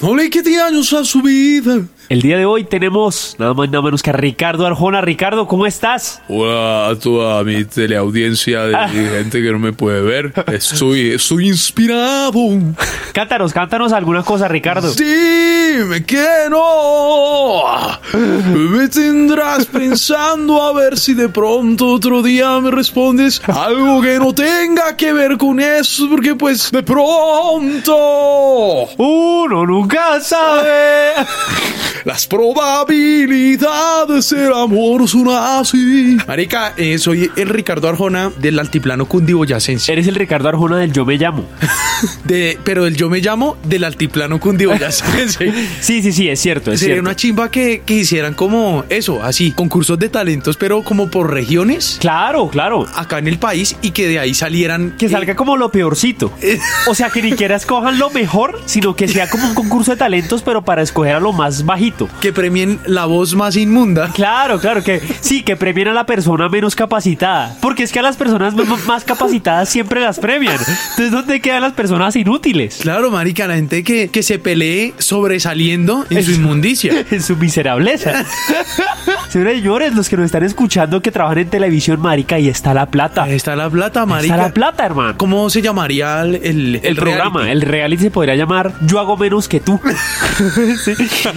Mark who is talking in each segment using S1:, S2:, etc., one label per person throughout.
S1: No le quite años a su vida.
S2: El día de hoy tenemos nada más nada menos que a Ricardo Arjona. Ricardo, ¿cómo estás?
S1: Hola a toda mi teleaudiencia de gente que no me puede ver. Estoy, estoy inspirado.
S2: Cántanos, cántanos alguna cosa, Ricardo.
S1: Dime que no. Me tendrás pensando a ver si de pronto otro día me respondes algo que no tenga que ver con eso, porque pues de pronto
S2: Uno Uh, nunca sabe.
S1: las probabilidades del amor son así. Marica, eh, soy el Ricardo Arjona del altiplano cundiboyacense.
S2: Eres el Ricardo Arjona del Yo Me Llamo.
S1: De- pero el yo me llamo del altiplano cundiboyacense.
S2: Sí, sí, sí, es cierto, es
S1: Sería
S2: cierto.
S1: una chimba que, que hicieran como eso, así, concursos de talentos, pero como por regiones
S2: Claro, claro.
S1: acá en el país y que de ahí salieran. eh,
S2: Que salga como lo peorcito. O sea, que ni siquiera escojan lo mejor, sino que sea como un concurso de talentos, pero para escoger a lo más bajito.
S1: Que premien la voz más inmunda.
S2: Claro, claro, que sí, que premien a la persona menos capacitada. Porque es que a las personas m- m- más capacitadas siempre las premian. Entonces, ¿dónde quedan las personas inútiles?
S1: Claro, marica, la gente que, que se pelee sobresaliendo en su
S2: Eso.
S1: inmundicia.
S2: En su miserableza. Señores y señores, los que nos están escuchando que trabajan en televisión, marica, ahí está la plata.
S1: Ahí está la plata, Eh, marica.
S2: Está la plata, hermano.
S1: ¿Cómo se llamaría el, el-
S2: El,
S1: el
S2: programa, ¿eh?
S1: reality?
S2: el reality se podría llamar Yo hago menos que tú. Sí. Sí.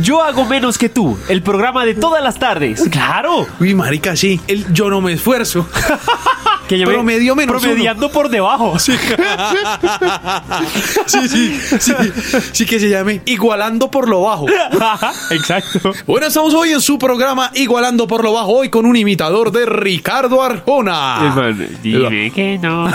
S2: Yo hago menos que tú. El programa de todas las tardes. Claro.
S1: Uy, marica, sí. El yo no me esfuerzo.
S2: Que lleve-
S1: Promedio menos uno.
S2: Promediando por debajo.
S1: sí, sí, sí. Sí que se llame Igualando por lo bajo.
S2: Exacto.
S1: Bueno, estamos hoy en su programa Igualando por lo bajo, hoy con un imitador de Ricardo
S2: Es
S1: Arjona.
S2: mal, dime que no,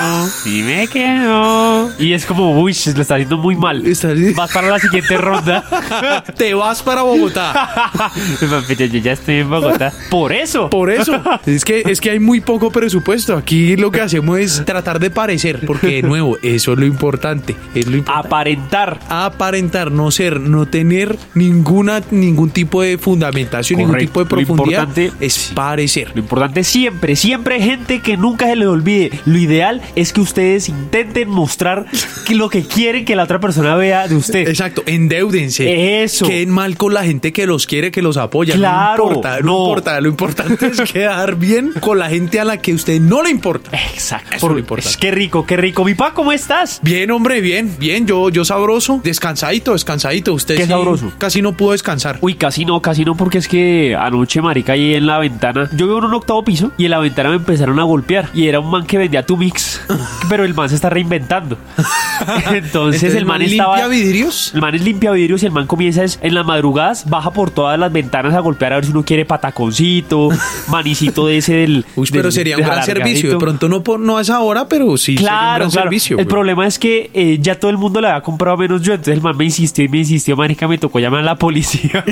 S2: dime que no. Y es como, uy, lo está haciendo muy mal.
S1: Está bien.
S2: Vas para la siguiente ronda.
S1: Te vas para Bogotá.
S2: Es mal, pero Yo ya estoy en Bogotá. Por eso.
S1: Por eso. Es que, es que hay muy poco presupuesto. Aquí lo que hacemos es tratar de parecer. Porque, de nuevo, eso es lo importante. Es lo
S2: Ah,
S1: importante.
S2: Aparentar.
S1: aparentar, no ser, no tener ninguna, ningún tipo de fundamentación, ningún tipo de
S2: Correcto. Lo
S1: profundidad.
S2: importante-
S1: es parecer.
S2: Lo importante siempre, siempre gente que nunca se les olvide. Lo ideal es que ustedes intenten mostrar que lo que quieren que la otra persona vea de ustedes.
S1: Exacto, endeudense.
S2: Eso.
S1: Queden mal con la gente que los quiere, que los apoya.
S2: Claro,
S1: No importa, no,
S2: no.
S1: importa. Lo importante es quedar bien con la gente a la que usted no le importa.
S2: Exacto.
S1: es lo importante.
S2: es- Qué rico, qué rico. Mi pa, ¿cómo estás?
S1: Bien, hombre, bien, bien. Yo, yo sabroso. Descansadito, descansadito. Usted
S2: ¿Qué
S1: sí
S2: sabroso?
S1: Casi no pudo descansar.
S2: Uy, casi no, casi no, porque es que anoche, marica, ahí en la ventana, yo vivo en un octavo piso y en la ventana me empezaron a golpear y era un man que vendía tu mix, pero el man se está reinventando. Entonces, el man, estaba...
S1: limpia vidrios.
S2: El man es limpia vidrios y el man comienza es, en las madrugadas, baja por todas las ventanas a golpear a ver si uno quiere pataconcito, manicito de ese del.
S1: Uy, pero
S2: del-
S1: sería un
S2: del
S1: gran servicio. De
S2: alargadito.
S1: pronto no, por- no a esa hora, pero sí sería un
S2: Claro,
S1: gran
S2: claro.
S1: servicio. pues.
S2: el
S1: güey.
S2: problema es que eh, ya todo el mundo la había comprado menos yo. Entonces el man me insistió y me insistió, marica, me tocó llamar a la policía.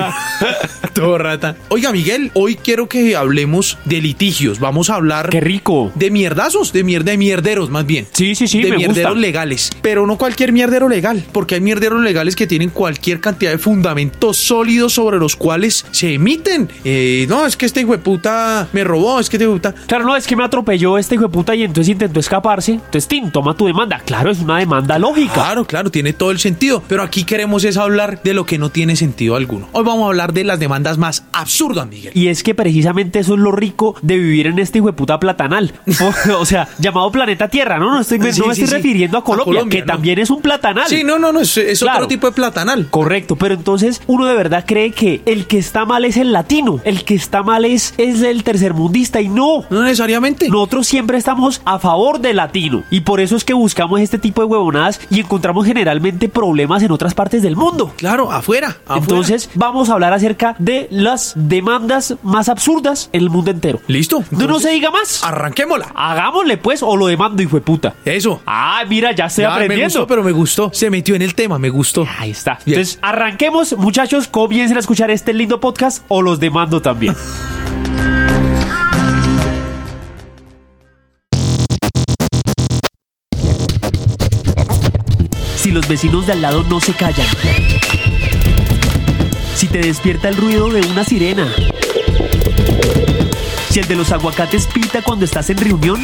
S1: Todo rata. Oiga, Miguel, hoy quiero que hablemos de litigios. Vamos a hablar
S2: Qué rico.
S1: de mierdazos, de, mierda, de mierderos más bien.
S2: Sí, sí, sí,
S1: de
S2: me
S1: mierderos
S2: gusta.
S1: legales. Pero no cualquier mierdero legal, porque hay mierderos legales que tienen cualquier cantidad de fundamentos sólidos sobre los cuales se emiten. Eh, no, es que este hijo de puta me robó, es que este hijo de puta.
S2: Claro, no, es que me atropelló este hijo de puta y entonces intentó escaparse. Entonces, Tim, toma tu demanda. Claro, es una demanda lógica.
S1: Claro, claro, tiene todo el sentido. Pero aquí queremos es hablar de lo que no tiene sentido alguno. Hoy vamos a hablar de las demandas más absurdas, Miguel.
S2: Y es que precisamente eso es lo rico de vivir en este hijo de puta platanal. O, o sea, llamado planeta Tierra, ¿no? No, estoy, no
S1: Sí,
S2: me
S1: sí,
S2: estoy
S1: sí.
S2: refiriendo a
S1: A
S2: Colombia,
S1: Colombia,
S2: que
S1: ¿no?
S2: también es un platanal.
S1: Sí, no, no, no, es, es
S2: Claro.
S1: otro tipo de platanal.
S2: Correcto, pero entonces uno de verdad cree que el que está mal es el latino, el que está mal es, es el tercermundista y no.
S1: No necesariamente.
S2: Nosotros siempre estamos a favor del latino y por eso es que buscamos este tipo de huevonadas y encontramos generalmente problemas en otras partes del mundo.
S1: Claro, afuera. afuera.
S2: Entonces vamos a hablar acerca de las demandas más absurdas en el mundo entero.
S1: Listo.
S2: No, no
S1: Entonces,
S2: se diga más.
S1: Arranquémosla.
S2: Hagámosle pues o lo demando, hijo de puta.
S1: Eso.
S2: Ah, mira, ya estoy
S1: Ya, Me
S2: aprendiendo.
S1: gustó, pero me gustó. Se metió en el tema, me gustó.
S2: Ahí está.
S1: Bien.
S2: Entonces, arranquemos, muchachos, comiencen a escuchar este lindo podcast o los demando también. si los vecinos de al lado no se callan. Si te despierta el ruido de una sirena. Si el de los aguacates pita cuando estás en reunión.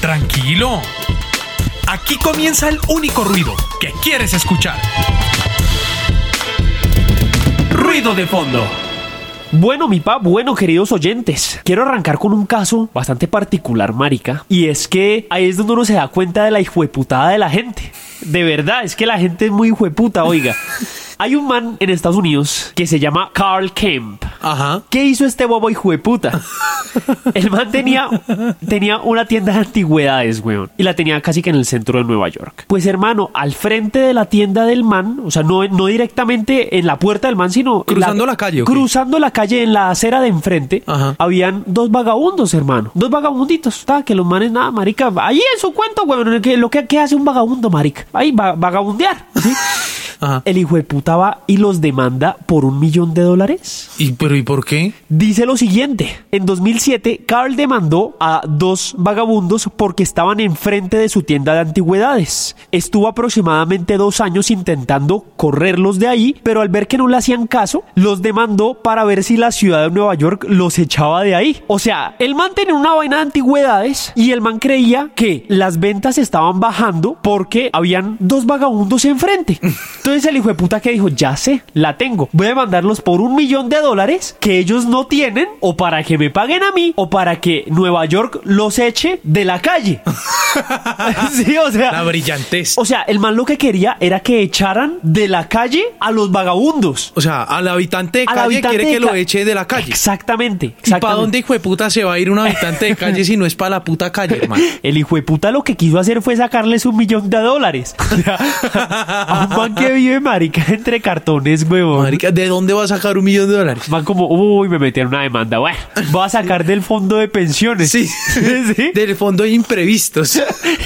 S1: Tranquilo.
S3: Aquí comienza el único ruido que quieres escuchar. Ruido de fondo.
S2: Bueno, mi pa, bueno, queridos oyentes, quiero arrancar con un caso bastante particular, marica, y es que ahí es donde uno se da cuenta de la hijueputada de la gente. De verdad, es que la gente es muy hijueputa, oiga. Hay un man en Estados Unidos que se llama Carl Kemp.
S1: Ajá.
S2: ¿Qué hizo este bobo hijueputa? El man tenía, tenía una tienda de antigüedades, weón. Y la tenía casi que en el centro de Nueva York. Pues hermano, al frente de la tienda del man, o sea, no, no directamente en la puerta del man, sino... en
S1: Cruzando la calle, ¿o qué?
S2: Cruzando la calle, en la acera de enfrente,
S1: Ajá.
S2: habían dos vagabundos, hermano. Dos vagabunditos. Ta, que los manes, nada, marica. Ahí en su cuento, weón. ¿Qué, lo que, ¿qué hace un vagabundo, marica? Ahí, va, vagabundear. ¿sí?
S1: Ajá.
S2: El hijo de puta va y los demanda por un millón de dólares.
S1: ¿Y, pero, ¿y por qué?
S2: Dice lo siguiente, en 2007 Carl demandó a dos vagabundos porque estaban enfrente de su tienda de antigüedades. Estuvo aproximadamente dos años intentando correrlos de ahí, pero al ver que no le hacían caso, los demandó para ver si la ciudad de Nueva York los echaba de ahí. O sea, el man tenía una vaina de antigüedades y el man creía que las ventas estaban bajando porque habían dos vagabundos enfrente. Entonces el hijo de puta que dijo, ya sé, la tengo. Voy a demandarlos por un millón de dólares que ellos no tienen o para que me paguen a mí o para que Nueva York los eche de la calle. sí, o sea...
S1: La brillantez.
S2: O sea, el man lo que quería era que echaran de la calle a los vagabundos.
S1: O sea, al habitante de
S2: Al
S1: calle
S2: habitante
S1: quiere
S2: de
S1: que lo
S2: ca-
S1: eche de la calle.
S2: Exactamente.
S1: ¿Y para
S2: exactamente.
S1: dónde hijo de puta se va a ir un habitante de calle si no es para la puta calle, hermano?
S2: El hijo de puta lo que quiso hacer fue sacarles un millón de dólares. O sea, a un man que vive marica entre cartones, huevón.
S1: Marica, ¿de dónde va a sacar un millón de dólares?
S2: Van como, uy, me metieron una demanda. Bueno, voy a sacar del fondo de pensiones.
S1: Sí.
S2: sí.
S1: Del fondo de imprevistos.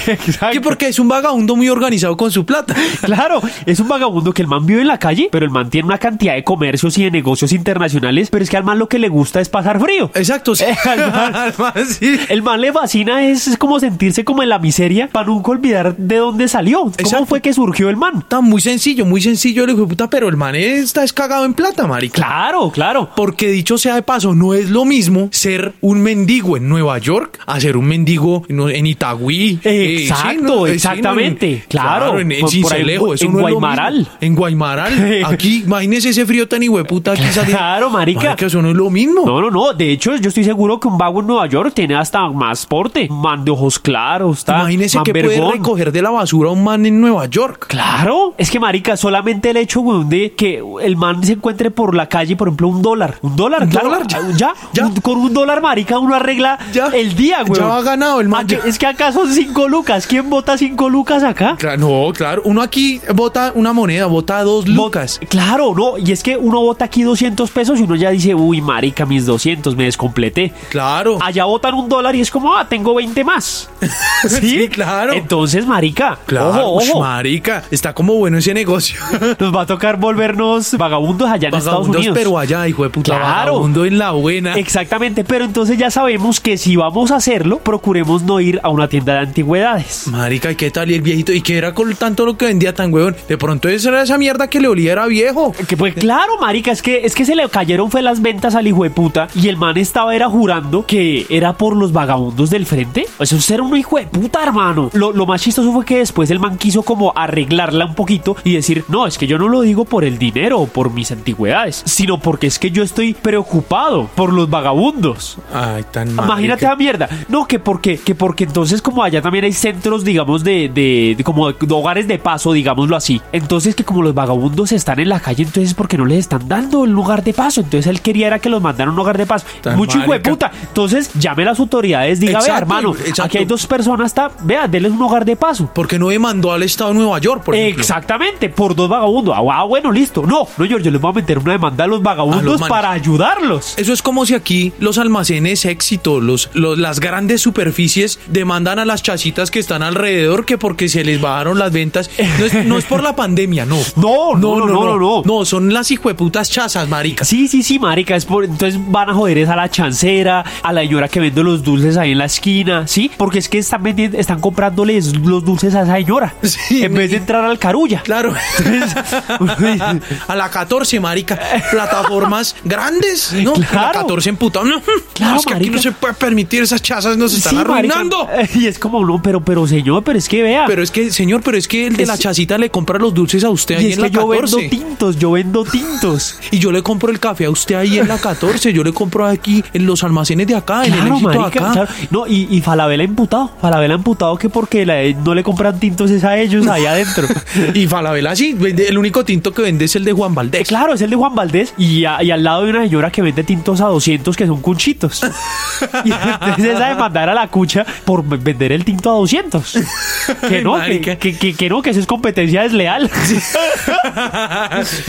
S2: Exacto.
S1: Que porque es un vagabundo muy organizado con su plata.
S2: Claro, es un vagabundo que el man vive en la calle, pero el man tiene una cantidad de comercios y de negocios internacionales, pero es que al man lo que le gusta es pasar frío.
S1: Exacto. sí.
S2: Eh, al man-
S1: Al man, sí.
S2: El man le fascina es, es como sentirse como en la miseria para nunca olvidar de dónde salió. ¿Cómo
S1: Exacto.
S2: fue que surgió el man?
S1: Tan muy sencillo, muy sencillo el hijo de puta, pero el man está escagado en plata, marica.
S2: Claro, claro.
S1: Porque dicho sea de paso, no es lo mismo ser un mendigo en Nueva York a ser un mendigo en, en Itagüí. eh,
S2: Exacto,
S1: ¿no? Eh,
S2: exactamente,
S1: en-
S2: claro.
S1: en, en
S2: Por- por ahí
S1: Sincelejo,
S2: en
S1: eso no es lo
S2: Guaymaral.
S1: mismo. En Guaymaral. Aquí, imagínese ese frío tan hijueputa aquí saliendo.
S2: Claro, marica.
S1: eso no es lo mismo.
S2: No, no, no. De hecho, yo estoy seguro que un vago en Nueva York tiene hasta más porte. Man de ojos claros, está.
S1: Imagínese
S2: man
S1: que puede
S2: vergón.
S1: recoger de la basura un man en Nueva York.
S2: Claro, es que marica, solamente el hecho, weón, de que el man se encuentre por la calle, por ejemplo, un dólar, un dólar,
S1: ¿Un
S2: claro, Ah,
S1: dólar? Ya,
S2: ya,
S1: ya.
S2: un- con un dólar, marica, uno arregla
S1: Ya.
S2: el día,
S1: Ya
S2: weón.
S1: ha ganado el man,
S2: Ah, que-
S1: ya.
S2: Es que acá son cinco lucas, ¿quién vota cinco lucas acá?
S1: Cla- No, claro. Uno aquí vota una moneda, vota dos lucas.
S2: Vot- Claro, no, y es que uno vota aquí 200 pesos y uno ya dice, uy, marica, mis 200, me descompleté.
S1: Claro.
S2: Allá votan un dólar y es como, ah, tengo 20 más.
S1: Sí, claro.
S2: Entonces, marica,
S1: Claro,
S2: ojo,
S1: ush,
S2: ojo.
S1: marica, está como bueno ese negocio.
S2: Nos va a tocar volvernos vagabundos allá en Estados
S1: Vagabundos,
S2: Unidos.
S1: pero allá, hijo de puta.
S2: Claro.
S1: Vagabundo en la buena.
S2: Exactamente, pero entonces ya sabemos que si vamos a hacerlo, procuremos no ir a una tienda de antigüedades.
S1: Marica, ¿y qué tal? Y el viejito, ¿y qué era con tanto lo que vendía tan huevón? De pronto esa era esa mierda que le olía era viejo.
S2: Que pues claro, marica, es que es que se le cayeron fue las ventas al hijo de puta y el man estaba era jurando que era por los vagabundos del frente. Pues, Eso era un hijo de puta, hermano. Lo, lo más chistoso fue que después el man quiso como arreglarla un poquito y decir, no, es que yo no lo digo por el dinero o por mis antigüedades, sino porque es que yo estoy preocupado por los vagabundos.
S1: Ay, tan marica.
S2: Imagínate la mierda. No, que porque, que porque entonces como allá también hay centros, digamos, de, de, de como de hogares de paso, digámoslo así. Entonces que como los vagabundos están en la calle, entonces porque no les están dando el lugar de paso. Entonces él quería era que los mandaran a un hogar de paso.
S1: Tan
S2: Mucho hijo de
S1: marica.
S2: puta. Entonces llame a las autoridades, diga, vea,
S1: Exacto,
S2: hermano,
S1: exacto.
S2: aquí hay dos personas, está, vea, denles un hogar de paso.
S1: ¿Por qué no demandó al Estado de Nueva York, por ejemplo?
S2: Exactamente, por dos vagabundos. Ah, Ah, bueno, listo. No, no, George, yo les voy a meter una demanda a los vagabundos
S1: manes.
S2: para ayudarlos.
S1: Eso es como si aquí los almacenes éxito, los, los- las grandes superficies demandan a las chacitas que están alrededor que porque se les bajaron las ventas. No es, no es por la pandemia, no.
S2: No, no, no, no, no, no.
S1: No, son las hijueputas chazas, maricas.
S2: Sí, sí, sí, marica, es por entonces van a joder es a la chancera, a la señora que vende los dulces ahí en la esquina, ¿sí? Porque es que están vendiendo, están comprándoles los dulces a esa señora
S1: Sí,
S2: en vez de entrar al carulla.
S1: Claro.
S2: Entonces, uno dice,
S1: A la 14, marica. Plataformas grandes. No, a la
S2: Claro.
S1: 14 emputado. No,
S2: Claro,
S1: es que aquí no
S2: marica.
S1: se puede permitir esas chazas, nos están
S2: "Sí, marica".
S1: arruinando.
S2: Y es como, no, pero, pero señor, pero es que vea.
S1: Pero es que, señor, pero es que el de
S2: Es-
S1: la chacita le compra los dulces a usted ahí
S2: y es
S1: en la
S2: que yo vendo
S1: 14.
S2: tintos, yo vendo tintos.
S1: Y yo le compro el café a usted ahí en la 14. Yo le compro aquí en los almacenes de acá, en el
S2: Claro,
S1: éxito de
S2: marica,
S1: acá.
S2: claro. No, y, y Falabella imputado. Falabella imputado que porque la- eh, no le compran tintos es a ellos ahí adentro.
S1: Y Falabella sí, vende- el único tinto que vende es el de Juan
S2: Eh,
S1: Valdés.
S2: Claro, es el de Juan Valdés y, a- y al lado de una señora que vende tintos a 200 que son cunchitos. Y entonces esa de mandar a la cucha por v- vender el tinto a 200. Que no, que,
S1: Marica.
S2: que- que- que no, que eso es competencia desleal. Ese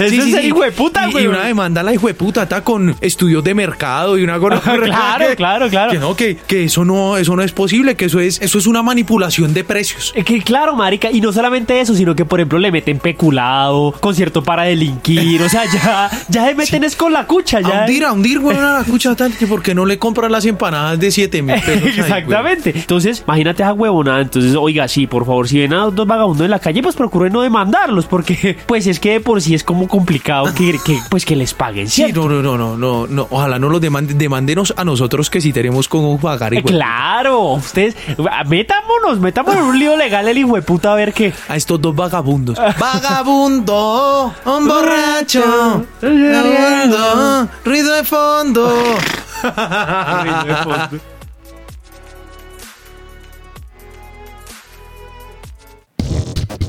S2: es el hijo de puta,
S1: Y- y,
S2: güey.
S1: una demanda a la hijo de puta está con estudios de mercado y una gorra.
S2: Claro, claro, claro.
S1: Que no, que, que eso no, eso no es posible, que eso es, eso es una manipulación de precios.
S2: Eh, Que claro, marica, y no solamente eso, sino que por ejemplo le meten peculado, concierto para delinquir, o sea, ya, ya se meten es con la cucha,
S1: A
S2: ya.
S1: hundir, a hundir, güey, a la cucha tal, que porque no le compran las empanadas de 7 mil pesos. ahí, güey.
S2: Exactamente. Entonces, imagínate esa huevonada. Entonces, oiga, sí, por favor, si ven a dos vagabundos en la calle, pues procuren no demandarlos, porque pues es que de por sí es como complicado que, que, pues que les paguen,
S1: Sí,
S2: ¿cierto?
S1: no, no, no, no, no, no, ojalá no los demanden, demándenos a nosotros que sí tenemos cómo pagar,
S2: Eh,
S1: güey.
S2: Claro, ustedes, ah, metámonos, metámonos en un lío legal el hijo de puta a ver qué.
S1: a estos dos vagabundos. Vagabundo, un borracho, vagabundo, ruido de fondo.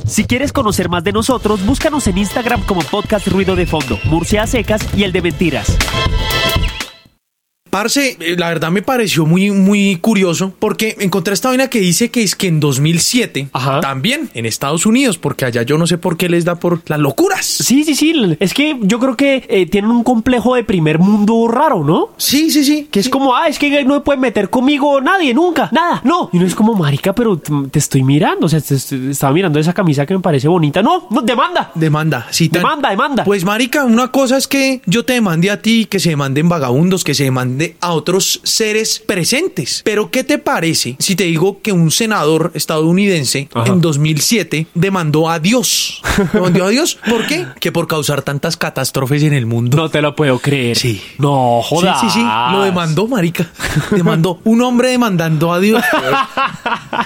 S2: Si quieres conocer más de nosotros, búscanos en Instagram como Podcast Ruido de Fondo, Murcia a Secas y el de Mentiras.
S1: Parce, eh, la verdad me pareció muy, muy curioso porque encontré esta vaina que dice que es que en 2007,
S2: Ajá.
S1: también en Estados Unidos, porque allá yo no sé por qué les da por las locuras.
S2: Sí, sí, sí. Es que yo creo que eh, tienen un complejo de primer mundo raro, ¿no?
S1: Sí, sí, sí.
S2: Que es como, ah, es que no me pueden meter conmigo nadie, nunca, nada, no. Y uno es como, marica, pero t- te estoy mirando, o sea, te, te- estaba mirando esa camisa que me parece bonita. No, no, demanda.
S1: Demanda, sí. tan-
S2: Demanda, demanda.
S1: Pues, marica, una cosa es que yo te demande a ti, que se demanden vagabundos, que se demande a otros seres presentes. Pero, ¿qué te parece si te digo que un senador estadounidense
S2: Ajá.
S1: en 2007 demandó a Dios? ¿Demandó a Dios? ¿Por qué? Que por causar tantas catástrofes en el mundo.
S2: No te lo puedo creer.
S1: Sí.
S2: No,
S1: Sí,
S2: jodas.
S1: sí, sí, lo demandó, marica. Demandó un hombre demandando a Dios.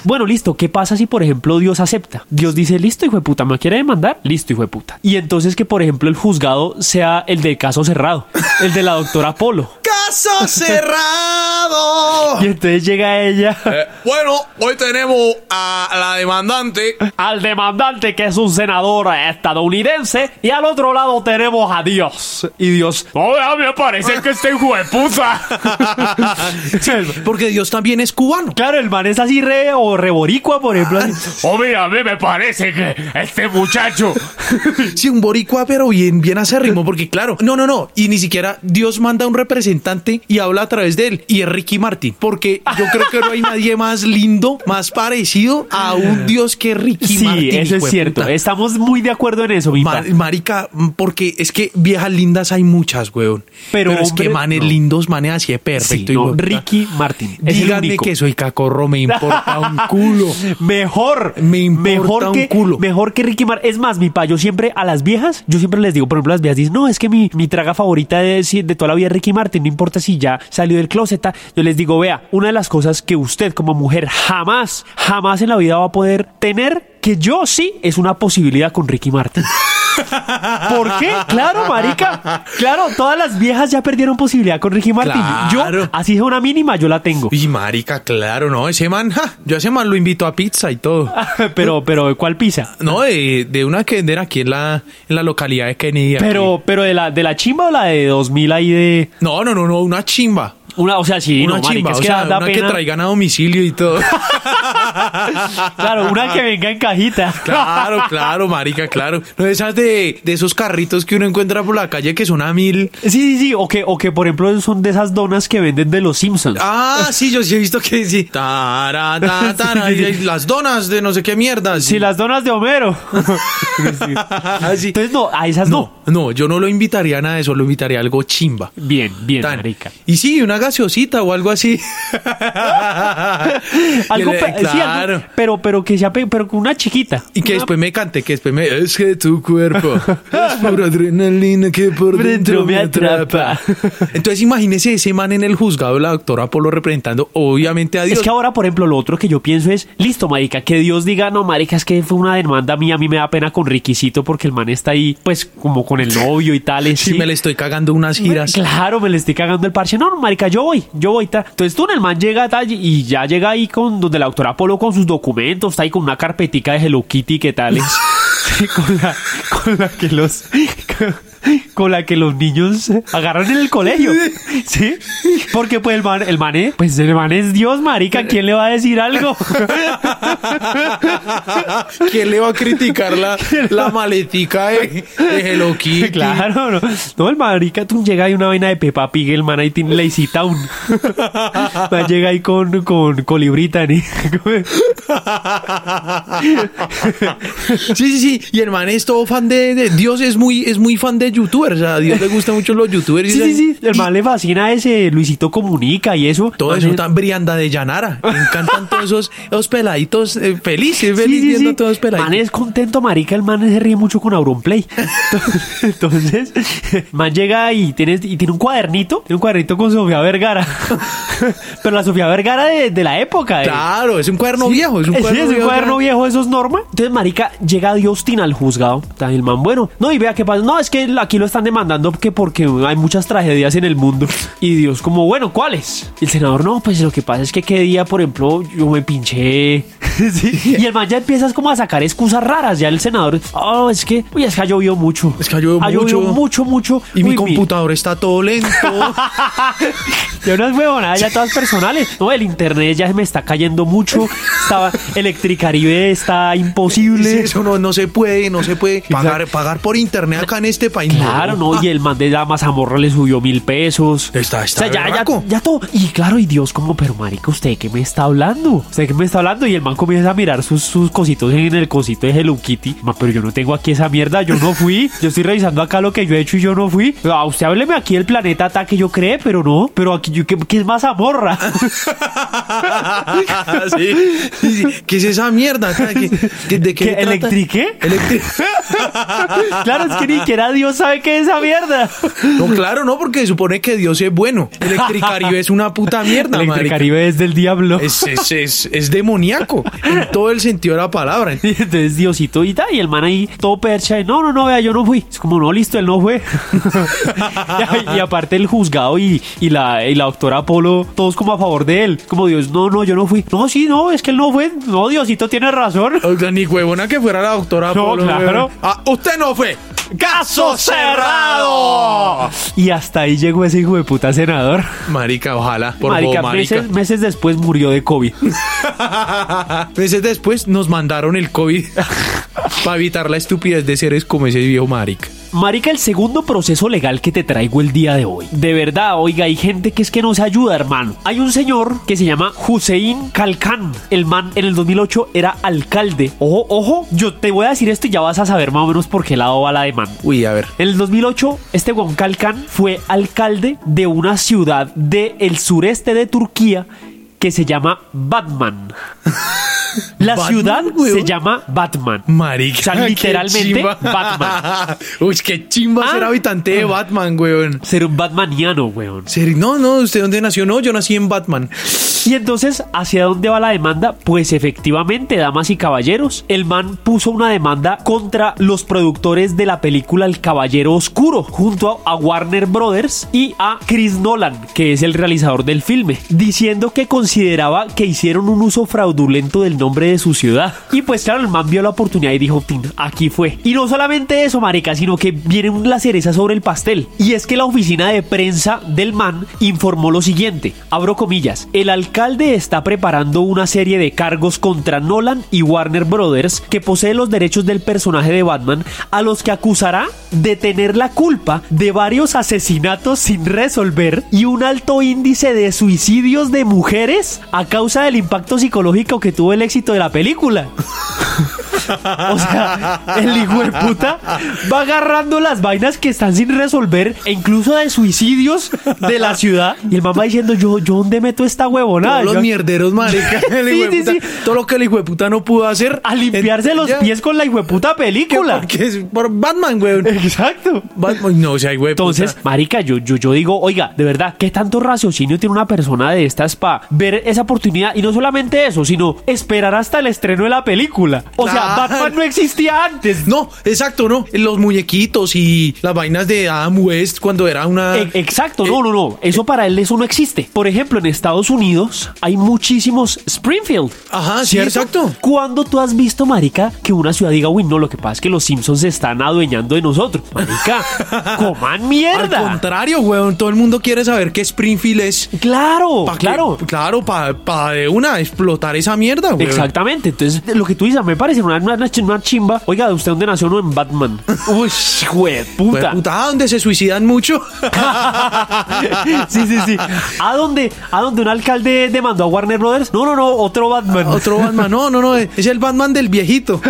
S2: Bueno, listo. ¿Qué pasa si, por ejemplo, Dios acepta? Dios dice, listo, hijo de puta, ¿me quiere demandar? Listo, hijo de puta. Y entonces que, por ejemplo, el juzgado sea el del caso cerrado, el de la doctora Polo.
S1: ¡Caso cerrado!
S2: Y entonces llega ella
S1: Eh, bueno, hoy tenemos a la demandante
S2: al demandante, que es un senador estadounidense, y al otro lado tenemos a Dios. Y Dios, no, me parece que este hijo de puta.
S1: Porque Dios también es cubano.
S2: Claro, el man es así re o reboricua, por ejemplo. así.
S4: Hombre, a mí me parece que este muchacho
S1: Sí, un boricua, pero bien, bien acérrimo, porque claro, no, no, no. Y ni siquiera Dios manda un representante y habla a través de él. Y es Ricky Martin, porque yo creo que no hay nadie más lindo, más parecido a un Dios que Ricky
S2: Sí,
S1: Martin.
S2: eso es
S1: hijueputa.
S2: cierto. Estamos muy de acuerdo en eso, mi
S1: Ma-
S2: pa.
S1: marica, porque es que viejas lindas hay muchas, weón. Pero,
S2: Pero
S1: es que
S2: hombres,
S1: manes
S2: no.
S1: lindos, manes así de perfecto.
S2: Sí, no,
S1: hijueputa.
S2: Ricky Martin. Es el
S1: Díganme
S2: único.
S1: que soy cacorro, me importa un culo.
S2: Mejor,
S1: Me importa
S2: mejor
S1: un
S2: que,
S1: culo.
S2: Mejor que Ricky Martin. Es más, mi pa, yo siempre a las viejas, yo siempre les digo, por ejemplo, las viejas dicen, no, es que mi, mi traga favorita de, si- de toda la vida es Ricky Martin, no importa si ya salió del closet. ta". Yo les digo, vea, una de las cosas que usted como mujer jamás, jamás en la vida va a poder tener, que yo sí, es una posibilidad con Ricky Martin. ¿Por qué? Claro, marica. Claro, todas las viejas ya perdieron posibilidad con Ricky Martin.
S1: Claro.
S2: Yo, así es una mínima, yo la tengo.
S1: Y marica, claro, no, ese man, ja, yo a ese man lo invito a pizza y todo.
S2: pero, pero, ¿cuál pisa?
S1: No, de, de una que venden aquí en la, en la localidad de Kennedy. aquí.
S2: Pero, pero de la, de la chimba o la de 2000 ahí de.
S1: No, no, no, no, una chimba.
S2: Una, o sea, sí,
S1: Una
S2: no, marica,
S1: chimba,
S2: es
S1: o
S2: que
S1: sea,
S2: da- da
S1: una que
S2: pena.
S1: traigan a domicilio y todo.
S2: Claro, una que venga en cajita.
S1: Claro, claro, marica, claro. No esas de, de esos carritos que uno encuentra por la calle que son a mil.
S2: Sí, sí, sí. O que, o que, por ejemplo, son de esas donas que venden de los Simpsons.
S1: Ah, sí, yo sí he visto que sí. Tara, ta, tara, y- y las donas de no sé qué mierda.
S2: Sí, las donas de Homero. Sí.
S1: Ah, sí.
S2: Entonces, no, a esas no.
S1: No, no, yo no lo invitaría a nada de eso, lo invitaría a algo chimba.
S2: Bien, bien,
S1: Tan.
S2: marica.
S1: Y sí, una gaseosita o algo así.
S2: Algo,
S1: Que le-
S2: pe- sí, algo-
S1: claro.
S2: pero, pero que sea, pe- pero con una chiquita.
S1: Y que después me cante, que después me... Es que tu cuerpo es pura adrenalina que por dentro me atrapa. Entonces imagínese ese man en el juzgado, la doctora Polo representando obviamente a Dios.
S2: Es que ahora, por ejemplo, lo otro que yo pienso es, listo, marica, que Dios diga, no, marica, es que fue una demanda mía, a mí me da pena con Riquisito porque el man está ahí, pues, como con el novio y tales.
S1: Si
S2: sí.
S1: me le estoy cagando unas giras.
S2: Claro, me le estoy cagando el parche. No, no, marica, yo voy, yo voy. ta. Entonces tú, el man llega tal, y ya llega ahí con donde la doctora Polo con sus documentos, está ahí con una carpetica de Hello Kitty, ¿qué tal? es? Sí, con, la, con la que los... con- Con la que los niños agarran en el colegio. ¿Sí? Porque pues el man, el man es, pues el man es Dios, marica. ¿Quién le va a decir algo?
S1: ¿Quién le va a criticar la, la maletica de, de Hello Kitty?
S2: Claro, no. No, el marica tú llega ahí una vaina de Peppa Pig, el man ahí tiene Lazy Town. Man llega ahí con, con colibrita, ni-
S1: Sí, sí, sí. Y el man es todo fan de, de- Dios es muy, es muy fan de youtubers. A Dios le gustan mucho los youtubers.
S2: Sí, sí, sí. El
S1: Y
S2: man le fascina ese Luisito Comunica y eso.
S1: todo
S2: Man,
S1: eso
S2: es-
S1: tan brianda de Llanara. Me encantan todos esos, esos peladitos eh, felices,
S2: Sí,
S1: feliz
S2: sí,
S1: viendo
S2: sí.
S1: a todos peladitos.
S2: Man es contento, marica. El man se ríe mucho con Auronplay. Entonces, man llega y tiene, y tiene un cuadernito. Tiene un cuadernito con Sofía Vergara. Pero la Sofía Vergara de, de la época. de-
S1: Claro, es un cuaderno
S2: Sí.
S1: viejo. Es un
S2: Eh, Sí,
S1: cuaderno viejo.
S2: viejo, eso es norma. Entonces, marica, llega Diostina al juzgado. Está el man bueno. No, y vea qué pasa. No, es que aquí lo están demandando que porque hay muchas tragedias en el mundo. Y Dios como, bueno, ¿cuáles? Y el senador, no, pues lo que pasa es que qué día, por ejemplo, yo me pinché. Sí. Y el man ya empiezas como a sacar excusas raras. Ya el senador, oh, es que, uy, es que ha llovido mucho.
S1: Es que ha llovido mucho.
S2: mucho, mucho.
S1: Y mi
S2: Uy,
S1: computador está todo lento.
S2: ya unas huevonadas ya todas personales. No, el internet ya se me está cayendo mucho. Estaba Electricaribe está
S1: Sí,
S2: imposible.
S1: eso no, no se puede, no se puede. Pagar, pagar por internet acá en este país.
S2: Claro, no, y el man de la mazamorra le subió mil pesos.
S1: Está- está
S2: o sea, ya, ya,
S1: berraco.
S2: ya todo. Y claro, y Dios, como, pero marica, ¿usted de qué me está hablando? ¿Usted de qué me está hablando? Y el man comienza a mirar sus, sus cositos en el cosito de Hello Kitty. Ma, pero yo no tengo aquí esa mierda, yo no fui. Yo estoy revisando acá lo que yo he hecho y yo no fui. A usted hábleme aquí el planeta ataque, yo cree, pero no. Pero aquí, yo, ¿qué, qué es mazamorra?
S1: Sí, sí, sí. ¿Qué es esa mierda? O sea, ¿qué- qué- ¿De qué,
S2: ¿Qué,
S1: trata?
S2: electriqué?
S1: Electri-
S2: Claro, es que ni siquiera Dios sabe qué es esa mierda.
S1: No, claro, no, porque se supone que Dios es bueno. Electricaribe es una puta mierda, marica.
S2: Electricaribe es del diablo.
S1: Es, es, es, es demoníaco en todo el sentido de la palabra.
S2: Y entonces Diosito y tal, y el man ahí todo percha, y no, no, no, vea, yo no fui. Es como, no, listo, él no fue. y, y aparte el juzgado y, y la, y la doctora Apolo, todos como a favor de él. Como Dios, no, no, yo no fui. No, sí, no, es que él no fue. No, Diosito tiene razón.
S1: O sea, ni huevona que fuera la doctora
S2: No,
S1: Polo,
S2: claro.
S1: huevón. Ah, usted no fue. ¡Caso cerrado!
S2: Y hasta ahí llegó ese hijo de puta senador.
S1: Marica, ojalá. Por
S2: marica,
S1: favor, marica.
S2: Meses, meses después murió de COVID.
S1: Meses después nos mandaron el COVID para evitar la estupidez de seres como ese viejo marica.
S2: Marica, el segundo proceso legal que te traigo el día de hoy. De verdad, oiga, hay gente que es que no se ayuda, hermano. Hay un señor que se llama Hussein Kalkan. El man en el 2008 era alcalde. Ojo, ojo, yo te voy a decir esto y ya vas a saber más o menos por qué lado va la demanda.
S1: Uy, a ver.
S2: En el 2008, este Juan Kalkan fue alcalde de una ciudad del sureste de Turquía que se llama Batman. La
S1: ¿Batman,
S2: ciudad
S1: weón?
S2: se llama Batman.
S1: Marica.
S2: O sea,
S1: qué
S2: literalmente,
S1: chimba.
S2: Batman.
S1: Uy, qué chimba
S2: Ah.
S1: ser habitante de Batman, weón.
S2: Ser un batmaniano, weón.
S1: Ser- No, no, ¿usted dónde nació? No, yo nací en Batman.
S2: Y entonces, ¿hacia dónde va la demanda? Pues efectivamente, damas y caballeros, el man puso una demanda contra los productores de la película El Caballero Oscuro, junto a Warner Brothers y a Chris Nolan, que es el realizador del filme, diciendo que consideraba que hicieron un uso fraudulento del nombre de su ciudad. Y pues claro, el man vio la oportunidad y dijo, "Tin, aquí fue. Y no solamente eso, marica, sino que viene la cereza sobre el pastel. Y es que la oficina de prensa del man informó lo siguiente, abro comillas, el alcalde está preparando una serie de cargos contra Nolan y Warner Brothers, que posee los derechos del personaje de Batman, a los que acusará de tener la culpa de varios asesinatos sin resolver y un alto índice de suicidios de mujeres a causa del impacto psicológico que tuvo el éxito de la película. O sea, el hijo de puta va agarrando las vainas que están sin resolver, e incluso de suicidios de la ciudad. Y el mamá diciendo, yo, yo dónde meto esta
S1: Todos
S2: huevonada.
S1: los
S2: Ah, Yo-
S1: mierderos, marica. el
S2: Sí,
S1: hijueputa.
S2: sí, sí.
S1: Todo lo que el hijo de puta no pudo hacer.
S2: a limpiarse
S1: en-
S2: los
S1: ya.
S2: pies con la hijo de puta película.
S1: Porque es por Batman, weón.
S2: Exacto.
S1: Batman, no, o sea, güey.
S2: Entonces, marica, yo, yo, yo digo, oiga, de verdad, ¿qué tanto raciocinio tiene una persona de estas para ver esa oportunidad? Y no solamente eso, sino esperar hasta el estreno de la película. O sea,
S1: Claro.
S2: Batman no existía antes.
S1: No, exacto, no. Los muñequitos y las vainas de Adam West cuando era una.
S2: E- Exacto,
S1: Eh,
S2: no, no, no. Eso para él eso no existe. Por ejemplo, en Estados Unidos hay muchísimos Springfield.
S1: Ajá, sí, exacto.
S2: ¿Cuándo tú has visto, marica, que una ciudad diga, uy, no, lo que pasa es que los Simpsons se están adueñando de nosotros? Marica, coman mierda.
S1: Al contrario, weón. Todo el mundo quiere saber qué Springfield es.
S2: Claro,
S1: Pa' que-
S2: claro.
S1: claro, para de una explotar esa mierda, weón.
S2: Exactamente, entonces de lo que tú dices me parece una, una, una chimba. Oiga, ¿de usted dónde nació? No, en Batman. Uy, jue
S1: Puta.
S2: puta.
S1: puta, ah, donde se suicidan mucho.
S2: sí, sí, sí. ¿A dónde? ¿A dónde un alcalde demandó a Warner Brothers? No, no, no, otro Batman.
S1: Otro Batman. No, no, no. Es el Batman del viejito.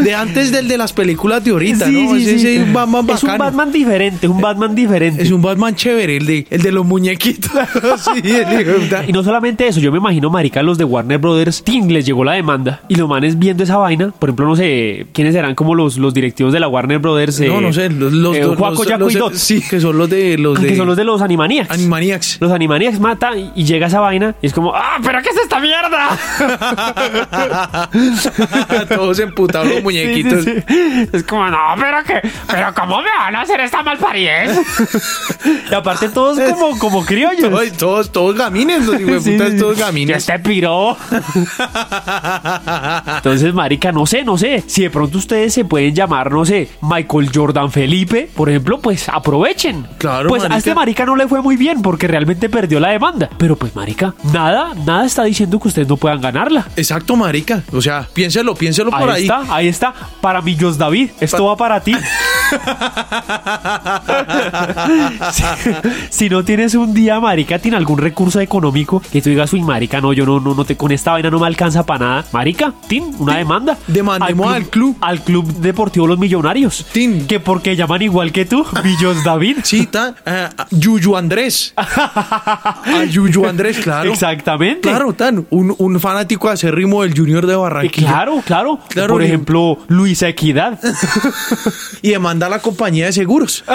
S1: de antes del de las películas de ahorita,
S2: Sí,
S1: ¿no?
S2: sí,
S1: Ese-
S2: sí.
S1: ese es un Batman
S2: Es un
S1: bacano.
S2: Batman diferente, un Batman diferente.
S1: Es un Batman chévere, el de, el de los muñequitos. sí, el hijo de puta.
S2: Y no solamente eso, yo me imagino, marica, los de Warner Brothers, Ting les llegó la demanda y los manes viendo esa vaina, por ejemplo, no sé, ¿quiénes serán como los, los directivos de la Warner Brothers?
S1: No,
S2: eh,
S1: no sé, los, los,
S2: eh,
S1: los-
S2: Juaco,
S1: los-
S2: Yaco
S1: los-
S2: y Dot,
S1: Sí, que son los de los de,
S2: que son los de los Animaniacs.
S1: Animaniacs.
S2: los Animaniacs matan y llega esa vaina y es como, ¡ah, pero qué es esta mierda!
S1: Todos emputados los muñequitos.
S2: Sí, sí, sí. Es como, no.
S4: No, pero que, pero cómo me van a hacer esta malparidez.
S2: Y aparte todos como, como criollos.
S1: Todos, todos, todos gamines, los hijueputas,
S2: Sí, sí, sí.
S1: todos
S2: Y
S1: gamines.
S2: este piró. Entonces, marica, no sé, no sé. Si de pronto ustedes se pueden llamar, no sé, Michael Jordan Felipe, por ejemplo, pues aprovechen.
S1: Claro,
S2: Pues
S1: marica.
S2: a este marica no le fue muy bien porque realmente perdió la demanda. Pero pues, marica, nada, nada está diciendo que ustedes no puedan ganarla.
S1: Exacto, marica. O sea, piénselo, piénselo
S2: Ahí,
S1: por ahí.
S2: está, ahí está. Para mi Dios David, esto va para ti. si, si no tienes un día, marica, tiene algún recurso económico que tú digas, uy, marica, no, yo no, no, no te, con esta vaina no me alcanza para nada. Marica, tin, una demanda.
S1: Demandemos al club.
S2: Al Club Deportivo Los Millonarios.
S1: Tin.
S2: Que porque llaman igual que tú, Millos David.
S1: Sí, está. ah, ah, Yuyu Andrés. A Yuyu Andrés, claro.
S2: Exactamente.
S1: Claro, tan. Un, un fanático acérrimo del Junior de
S2: Eh,
S1: Barranquilla.
S2: Claro, claro.
S1: Claro,
S2: Por
S1: y-
S2: ejemplo, Luisa Equidad.
S1: Y demanda a la compañía de seguros.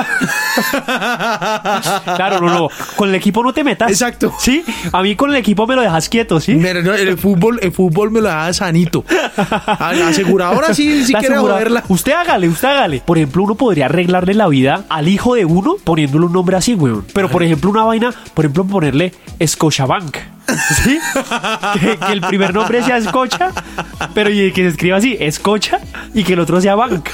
S2: Claro, no, no. Con el equipo no te metas.
S1: Exacto.
S2: Sí, a mí con el equipo me lo dejas quieto, ¿sí?
S1: Mira, no, el fútbol, el fútbol me lo da sanito. A la aseguradora sí, sí
S2: La
S1: quiere
S2: asegura-
S1: joderla.
S2: Usted hágale, usted hágale. Por ejemplo, uno podría arreglarle la vida al hijo de uno poniéndole un nombre así, weón. Pero, por ejemplo, una vaina, por ejemplo, ponerle Scotiabank. ¿Sí? que, que el primer nombre sea Escocha, pero y que se escriba así, Escocha, y que el otro sea Bank.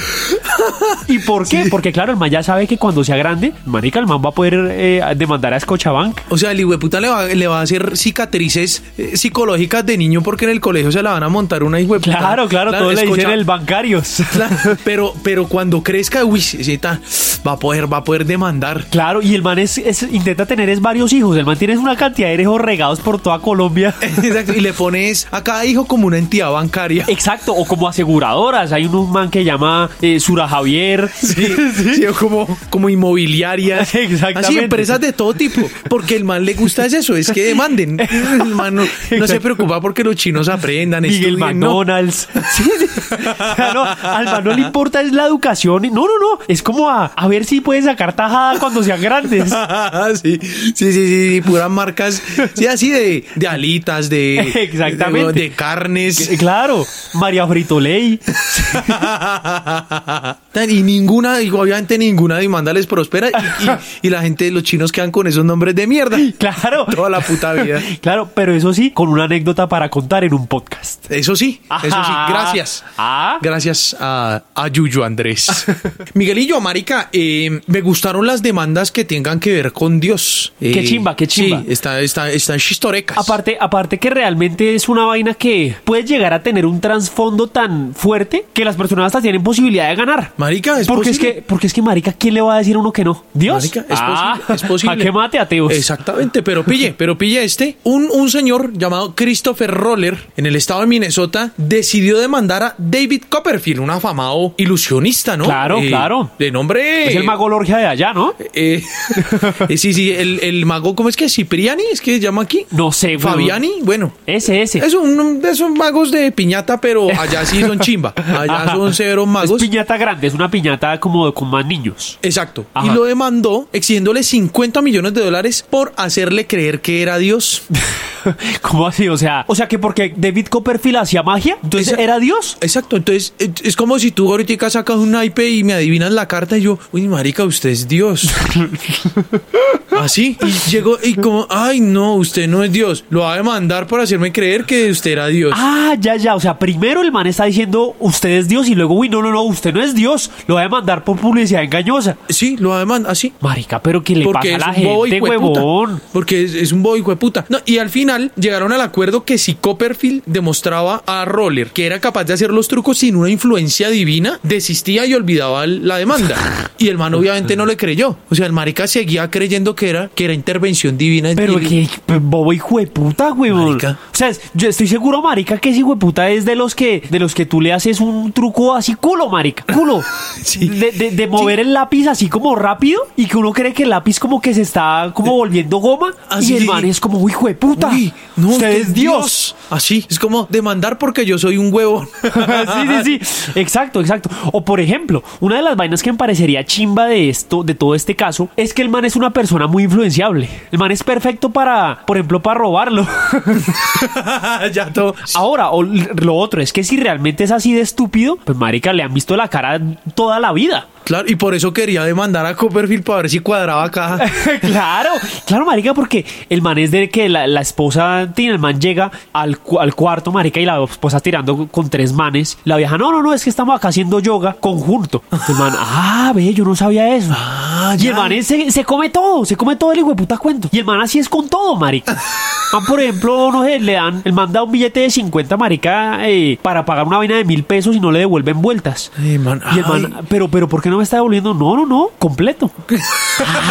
S2: ¿Y por qué? Porque, claro, el man ya sabe que cuando sea grande, marica, el man va a poder eh, demandar a Scotiabank.
S1: O sea, el hijueputa le va, le va a hacer cicatrices eh, psicológicas de niño porque en el colegio se la van a montar una hijueputa.
S2: Claro, claro, todos le dicen
S1: escocha-
S2: el bancarios.
S1: Claro, pero, pero cuando crezca, uy, sí, está, va a poder, va a poder demandar.
S2: Claro, y el man es, es- intenta tener es varios hijos. El man tiene una cantidad de hijos regados por toda Colombia.
S1: Exacto, y le pones a cada hijo como una entidad bancaria.
S2: Exacto, o como aseguradoras. Hay un- un man que llama eh, Sura Javier.
S1: Sí, sí, o como, como inmobiliarias.
S2: Exactamente.
S1: Así, empresas de todo tipo. Porque el man le gusta es eso, es que demanden. El man no, no se
S2: Exacto.
S1: preocupa porque los chinos aprendan.
S2: Miguel
S1: estudien, no.
S2: McDonald's. Sí, sí. O sea, no, al man no le importa es la educación. No, no, no. Es como a, a ver si puede sacar tajada cuando sean grandes.
S1: sí, sí, sí, sí, sí, puras marcas. Sí, así de, de alitas, de,
S2: Exactamente.
S1: de, de carnes.
S2: Eh, Claro, María Fritoley.
S1: Tan- y ninguna, y obviamente ninguna demanda les prospera. Y, y- y la gente, los chinos quedan con esos nombres de mierda.
S2: Claro.
S1: Toda la puta vida.
S2: Claro, pero eso sí, con una anécdota para contar en un podcast.
S1: Eso sí, eso sí,
S2: Ajá.
S1: gracias.
S2: Ah.
S1: Gracias a, a Yuyo Andrés. Miguelillo, Marica, eh, me gustaron las demandas que tengan que ver con Dios.
S2: Qué
S1: Eh,
S2: chimba, qué chimba.
S1: Sí, está, está, está pecas.
S2: Aparte, aparte que realmente es una vaina que puede llegar a tener un trasfondo tan fuerte que las personas hasta tienen posibilidad de ganar.
S1: Marica, es
S2: porque
S1: posible.
S2: Es que, porque es que, marica, ¿quién le va a decir a uno que no? ¿Dios?
S1: Marica, es,
S2: Ah,
S1: posible, es posible.
S2: ¿A qué mate, ateos?
S1: Exactamente, pero pille, pero pille este. Un, un señor llamado Christopher Roller en el estado de Minnesota decidió demandar a David Copperfield, un afamado ilusionista, ¿no? Eh,
S2: Claro, claro.
S1: De nombre.
S2: Es el mago Lorgia de allá, ¿no?
S1: eh, eh, sí, sí, el, el mago, ¿cómo es que? ¿Cipriani? ¿Es que se llama aquí?
S2: No sé, weón.
S1: ¿Fabiani? Bueno.
S2: Ese, ese.
S1: Es un de esos magos de piñata, pero allá sí son chimba. Allá
S2: Ajá.
S1: son severos magos.
S2: Es piñata grande, es una piñata como con más niños.
S1: Exacto.
S2: Ajá.
S1: Y lo demandó exigiéndole 50 millones de dólares por hacerle creer que era Dios.
S2: ¿Cómo así? O sea, o sea que porque David Copperfield hacía magia, entonces
S1: Esa-
S2: era Dios.
S1: Exacto. Entonces, es es como si tú ahorita sacas un naipe y me adivinas la carta y yo, uy, marica, usted es Dios. Así. Y llegó y como, ay, no, usted no es Dios. Lo va a demandar por hacerme creer que usted era Dios.
S2: Ah, ya, ya. O sea, primero el man está diciendo usted es Dios y luego, uy, no, no, no, usted no es Dios. Lo va a demandar por publicidad engañosa.
S1: Sí, lo va a demandar, así.
S2: Marica, pero ¿qué le
S1: Porque
S2: pasa a
S1: es
S2: la
S1: un bobo
S2: gente,
S1: hijueputa.
S2: huevón?
S1: Porque es, es un bobo hijueputa. No, y al final llegaron al acuerdo que si Copperfield demostraba a Roller que era capaz de hacer los trucos sin una influencia divina, desistía y olvidaba el- la demanda. Y el man obviamente no le creyó. O sea, el marica seguía creyendo que era, que era intervención divina.
S2: Pero
S1: Y-
S2: qué qué bobo hijo de puta, huevón.
S1: Marica.
S2: O sea, es- yo estoy seguro, marica, que ese hijo de puta es de los que de los que tú le haces un truco así culo, marica, culo.
S1: Sí.
S2: De, de- de mover el lápiz así como rápido y que uno cree que el lápiz como que se está como volviendo goma
S1: Así,
S2: y el
S1: sí,
S2: man
S1: sí.
S2: es como "Uy, hijo de puta.
S1: Uy, no,
S2: usted es Dios.
S1: Así, es como demandar porque yo soy un huevón.
S2: sí, sí, sí. Exacto, exacto. O por ejemplo, una de las vainas que me parecería chimba de esto, de todo este caso, es que el man es una persona muy influenciable. El man es perfecto para, por ejemplo, para robarlo.
S1: ya todo.
S2: Ahora, o l- lo otro es que si realmente es así de estúpido, pues marica, le han visto la cara toda la vida.
S1: Claro, y por eso quería demandar a Copperfield para ver si cuadraba caja.
S2: claro, claro, marica, porque el man es de que la, la esposa, tin, el man llega al, cu- al cuarto, marica, y la esposa tirando con tres manes. La vieja, no, no, no, es que estamos acá haciendo yoga conjunto. Entonces el man, ah, ve, yo no sabía eso.
S1: Ah,
S2: y
S1: ya.
S2: el man es- se, se come todo, se come todo el hijo de puta cuento. Y el man así es con todo, marica. Man, por ejemplo, no sé, le dan, el man da un billete de 50, marica, eh, para pagar una vaina de mil pesos y no le devuelven vueltas.
S1: Ay, man,
S2: Y el man,
S1: ay.
S2: pero, pero, ¿por qué no me está devolviendo? No, no, no, completo.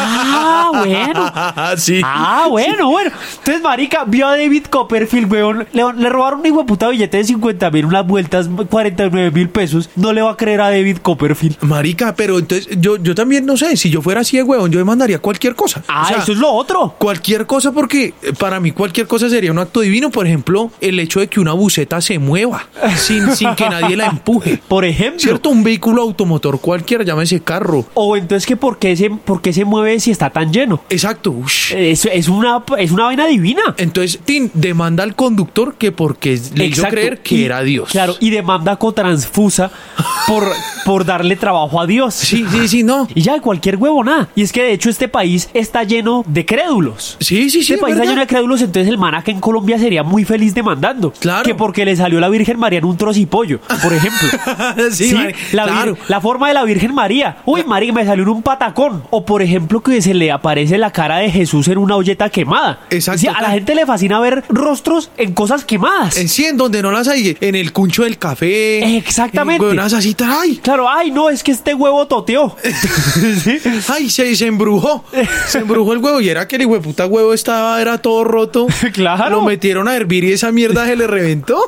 S2: ah, bueno.
S1: sí.
S2: Ah, bueno, bueno. Entonces, marica, vio a David Copperfield, weón. Le, le robaron un hijo de puta billete de 50 mil, unas vueltas, 49 mil pesos. No le va a creer a David Copperfield.
S1: Marica, pero entonces yo, yo también no sé, si yo fuera así de huevón, yo demandaría cualquier cosa.
S2: Ah,
S1: O sea,
S2: eso es lo otro.
S1: Cualquier cosa, porque eh, para mí cualquier cosa sería un acto divino. Por ejemplo, el hecho de que una buceta se mueva sin, sin que nadie la empuje.
S2: Por ejemplo.
S1: ¿Cierto? Un vehículo automotor cualquiera, llámese carro.
S2: O entonces, que por, qué se, ¿por qué se mueve si está tan lleno?
S1: Exacto. ush.
S2: Es, es, una, es una vaina divina.
S1: Entonces, Tim demanda al conductor que porque le hizo
S2: Exacto.
S1: creer que
S2: Y-
S1: era Dios.
S2: Claro, y demanda cotransfusa por, por darle trabajo a Dios.
S1: Sí, sí, sí, no.
S2: Y ya, cualquier huevonada. Y es que de hecho este país está lleno de crédulos.
S1: Sí, sí, sí.
S2: Este país está
S1: ¿verdad?
S2: lleno de crédulos, entonces el man acá en Colombia sería muy feliz demandando.
S1: Claro.
S2: Que porque le salió la Virgen María en un trocipollo, por ejemplo.
S1: Sí, Mari-
S2: la, vir-
S1: claro.
S2: la forma de la Virgen María. Uy, María, me salió en un patacón. O por ejemplo, que se le aparece la cara de Jesús en una olleta quemada.
S1: Exacto.
S2: O sea, a la gente le fascina ver rostros en cosas quemadas.
S1: En sí, en donde no las hay, en el cuncho del café.
S2: Exactamente.
S1: En huevonadas así, ay,
S2: Claro, ay, no, es que este huevo toteó. ¿Sí?
S1: ay, se, se embrujó. Se embrujó el huevo y era que el hueputa huevo estaba, era todo roto.
S2: Claro.
S1: Lo metieron a hervir y esa mierda se le reventó.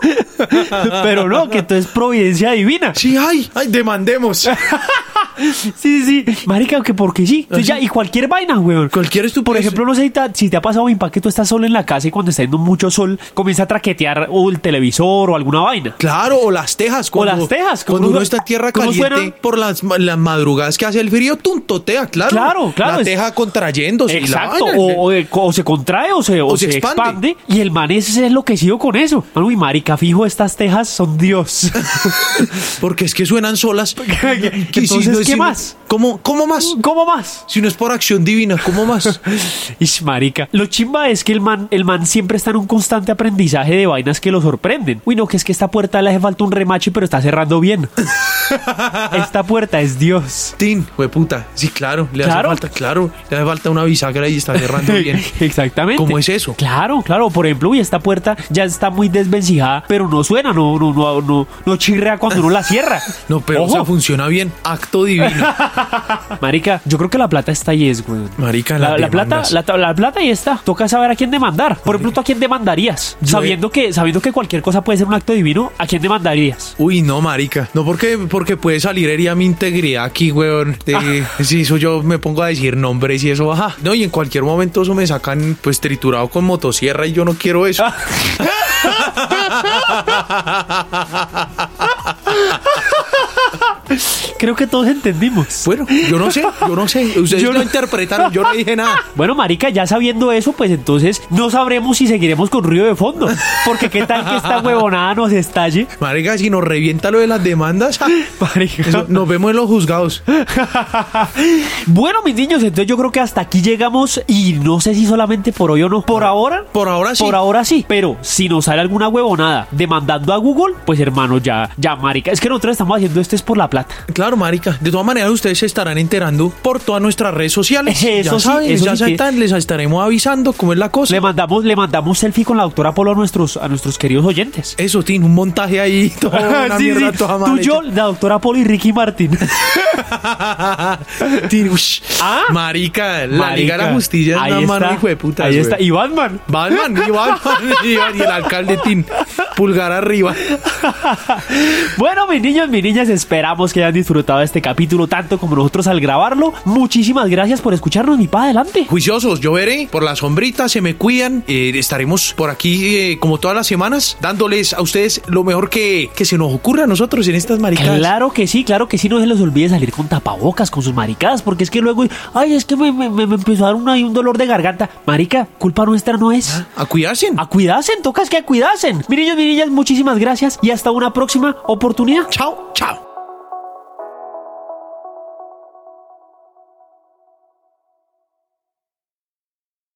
S2: Pero no, que esto es providencia divina.
S1: Sí, ay, ay, demandemos.
S2: Sí, sí, sí. Marica, que porque sí. Entonces ya, y cualquier vaina, weón.
S1: Cualquier estupidez.
S2: Por ejemplo, no sé si te, si te ha pasado, Impa, que tú estás solo en la casa y cuando está yendo mucho sol, comienza a traquetear o el televisor o alguna vaina.
S1: Claro, o las tejas. cuando-
S2: las tejas,
S1: Cuando
S2: ¿cómo-
S1: uno está en tierra
S2: cómo
S1: caliente,
S2: suena?
S1: por las, ma- las madrugadas que hace el frío, tuntotea, claro.
S2: Claro, claro,
S1: La
S2: es-
S1: teja contrayéndose. y la
S2: Exacto,
S1: vaina.
S2: o, o- eh, co- o se contrae o se, o se expande. Y el man es enloquecido con eso. Mano, y marica, fijo, estas tejas son Dios.
S1: Porque es que suenan solas. Y si
S2: Entonces,
S1: no-
S2: ¿qué
S1: si no-
S2: más?
S1: ¿Cómo, ¿Cómo más?
S2: ¿Cómo más?
S1: Si no es por acción divina, ¿cómo más?
S2: Ish, marica. Lo chimba es que el man, el man siempre está en un constante aprendizaje de vainas que lo sorprenden. Uy, no, que es que esta puerta le hace falta un remache, pero está cerrando bien. Esta puerta es Dios.
S1: Tin, puta. Sí, claro, le hace
S2: Claro.
S1: falta, claro. Le hace falta una bisagra y está cerrando bien.
S2: Exactamente.
S1: ¿Cómo es eso?
S2: Claro, claro. Por ejemplo, uy, esta puerta ya está muy desvencijada, pero no suena, no, no, no, no, no chirrea cuando uno la cierra.
S1: No, pero o
S2: Ojo.
S1: sea, funciona bien. Acto divino.
S2: Marica, yo creo que la plata está ahí, es, güey.
S1: Marica,
S2: La,
S1: las
S2: la plata,
S1: demandas.
S2: la, ta- la plata ahí está. Toca saber a quién demandar. Por ejemplo, ¿tú a quién demandarías?
S1: Yo-
S2: Sabiendo que, sabiendo que cualquier cosa puede ser un acto divino, ¿a quién demandarías?
S1: Uy, no, marica. No, porque, porque puede salir herida mi integridad aquí, weón. De-
S2: Ah.
S1: Si eso yo me pongo a decir nombres y eso, baja. No, y en cualquier momento eso me sacan, pues, triturado con motosierra y yo no quiero eso.
S2: Ah. Creo que todos entendimos.
S1: Bueno, yo no sé, yo no sé. Ustedes
S2: Yo
S1: lo
S2: no-
S1: interpretaron, yo no dije nada.
S2: Bueno, marica, ya sabiendo eso, pues entonces no sabremos si seguiremos con ruido de fondo. Porque qué tal que esta huevonada nos estalle.
S1: Marica, si nos revienta lo de las demandas, ah,
S2: Marica.
S1: eso- nos vemos en los juzgados.
S2: bueno, mis niños, entonces yo creo que hasta aquí llegamos y no sé si solamente por hoy o no. Por ahora.
S1: Por ahora Ah, sí.
S2: Por ahora sí, pero si nos sale alguna huevonada demandando a Google, pues hermano, ya, ya, marica. Es que nosotros estamos haciendo esto es por la plata.
S1: Claro, marica. De todas maneras, ustedes se estarán enterando por todas nuestras redes sociales.
S2: Eso
S1: ya
S2: sí,
S1: saben,
S2: eso
S1: ya
S2: sí que-
S1: están, les estaremos avisando cómo es la cosa.
S2: Le mandamos, le mandamos selfie con la doctora Polo a nuestros, a nuestros queridos oyentes.
S1: Eso, tiene un montaje ahí, toda Oh, una
S2: Sí,
S1: mierda,
S2: sí.
S1: toda mal
S2: Tú,
S1: hecha.
S2: yo, la doctora Polo y Ricky Martin.
S1: Tin, ush.
S2: Ah.
S1: Marica, la Liga
S2: Marica,
S1: de la Justicia es una mano hijo de puta.
S2: Ahí está. Y Batman.
S1: Batman, y Batman, y Batman, y el alcalde Tin, pulgar arriba.
S2: Bueno, mis niños, mis niñas, esperamos que hayan disfrutado de este capítulo tanto como nosotros al grabarlo. Muchísimas gracias por escucharnos, mi pa, adelante.
S1: Juiciosos, yo veré, por la sombrita, se me cuidan. eh, estaremos por aquí, eh, como todas las semanas, dándoles a ustedes lo mejor que, que se nos ocurra a nosotros en estas maricadas.
S2: Claro que sí, claro que sí, no se les olvide salir con tapabocas, con sus maricadas, porque es que luego, ay, es que me, me- me- me empezó a dar una- un dolor de garganta. Marica, culpa nuestra no es.
S1: A cuidarse.
S2: A cuidasen, tocas que a cuidasen. Mi niños, mi niñas, muchísimas gracias y hasta una próxima oportunidad.
S1: Chao, chao.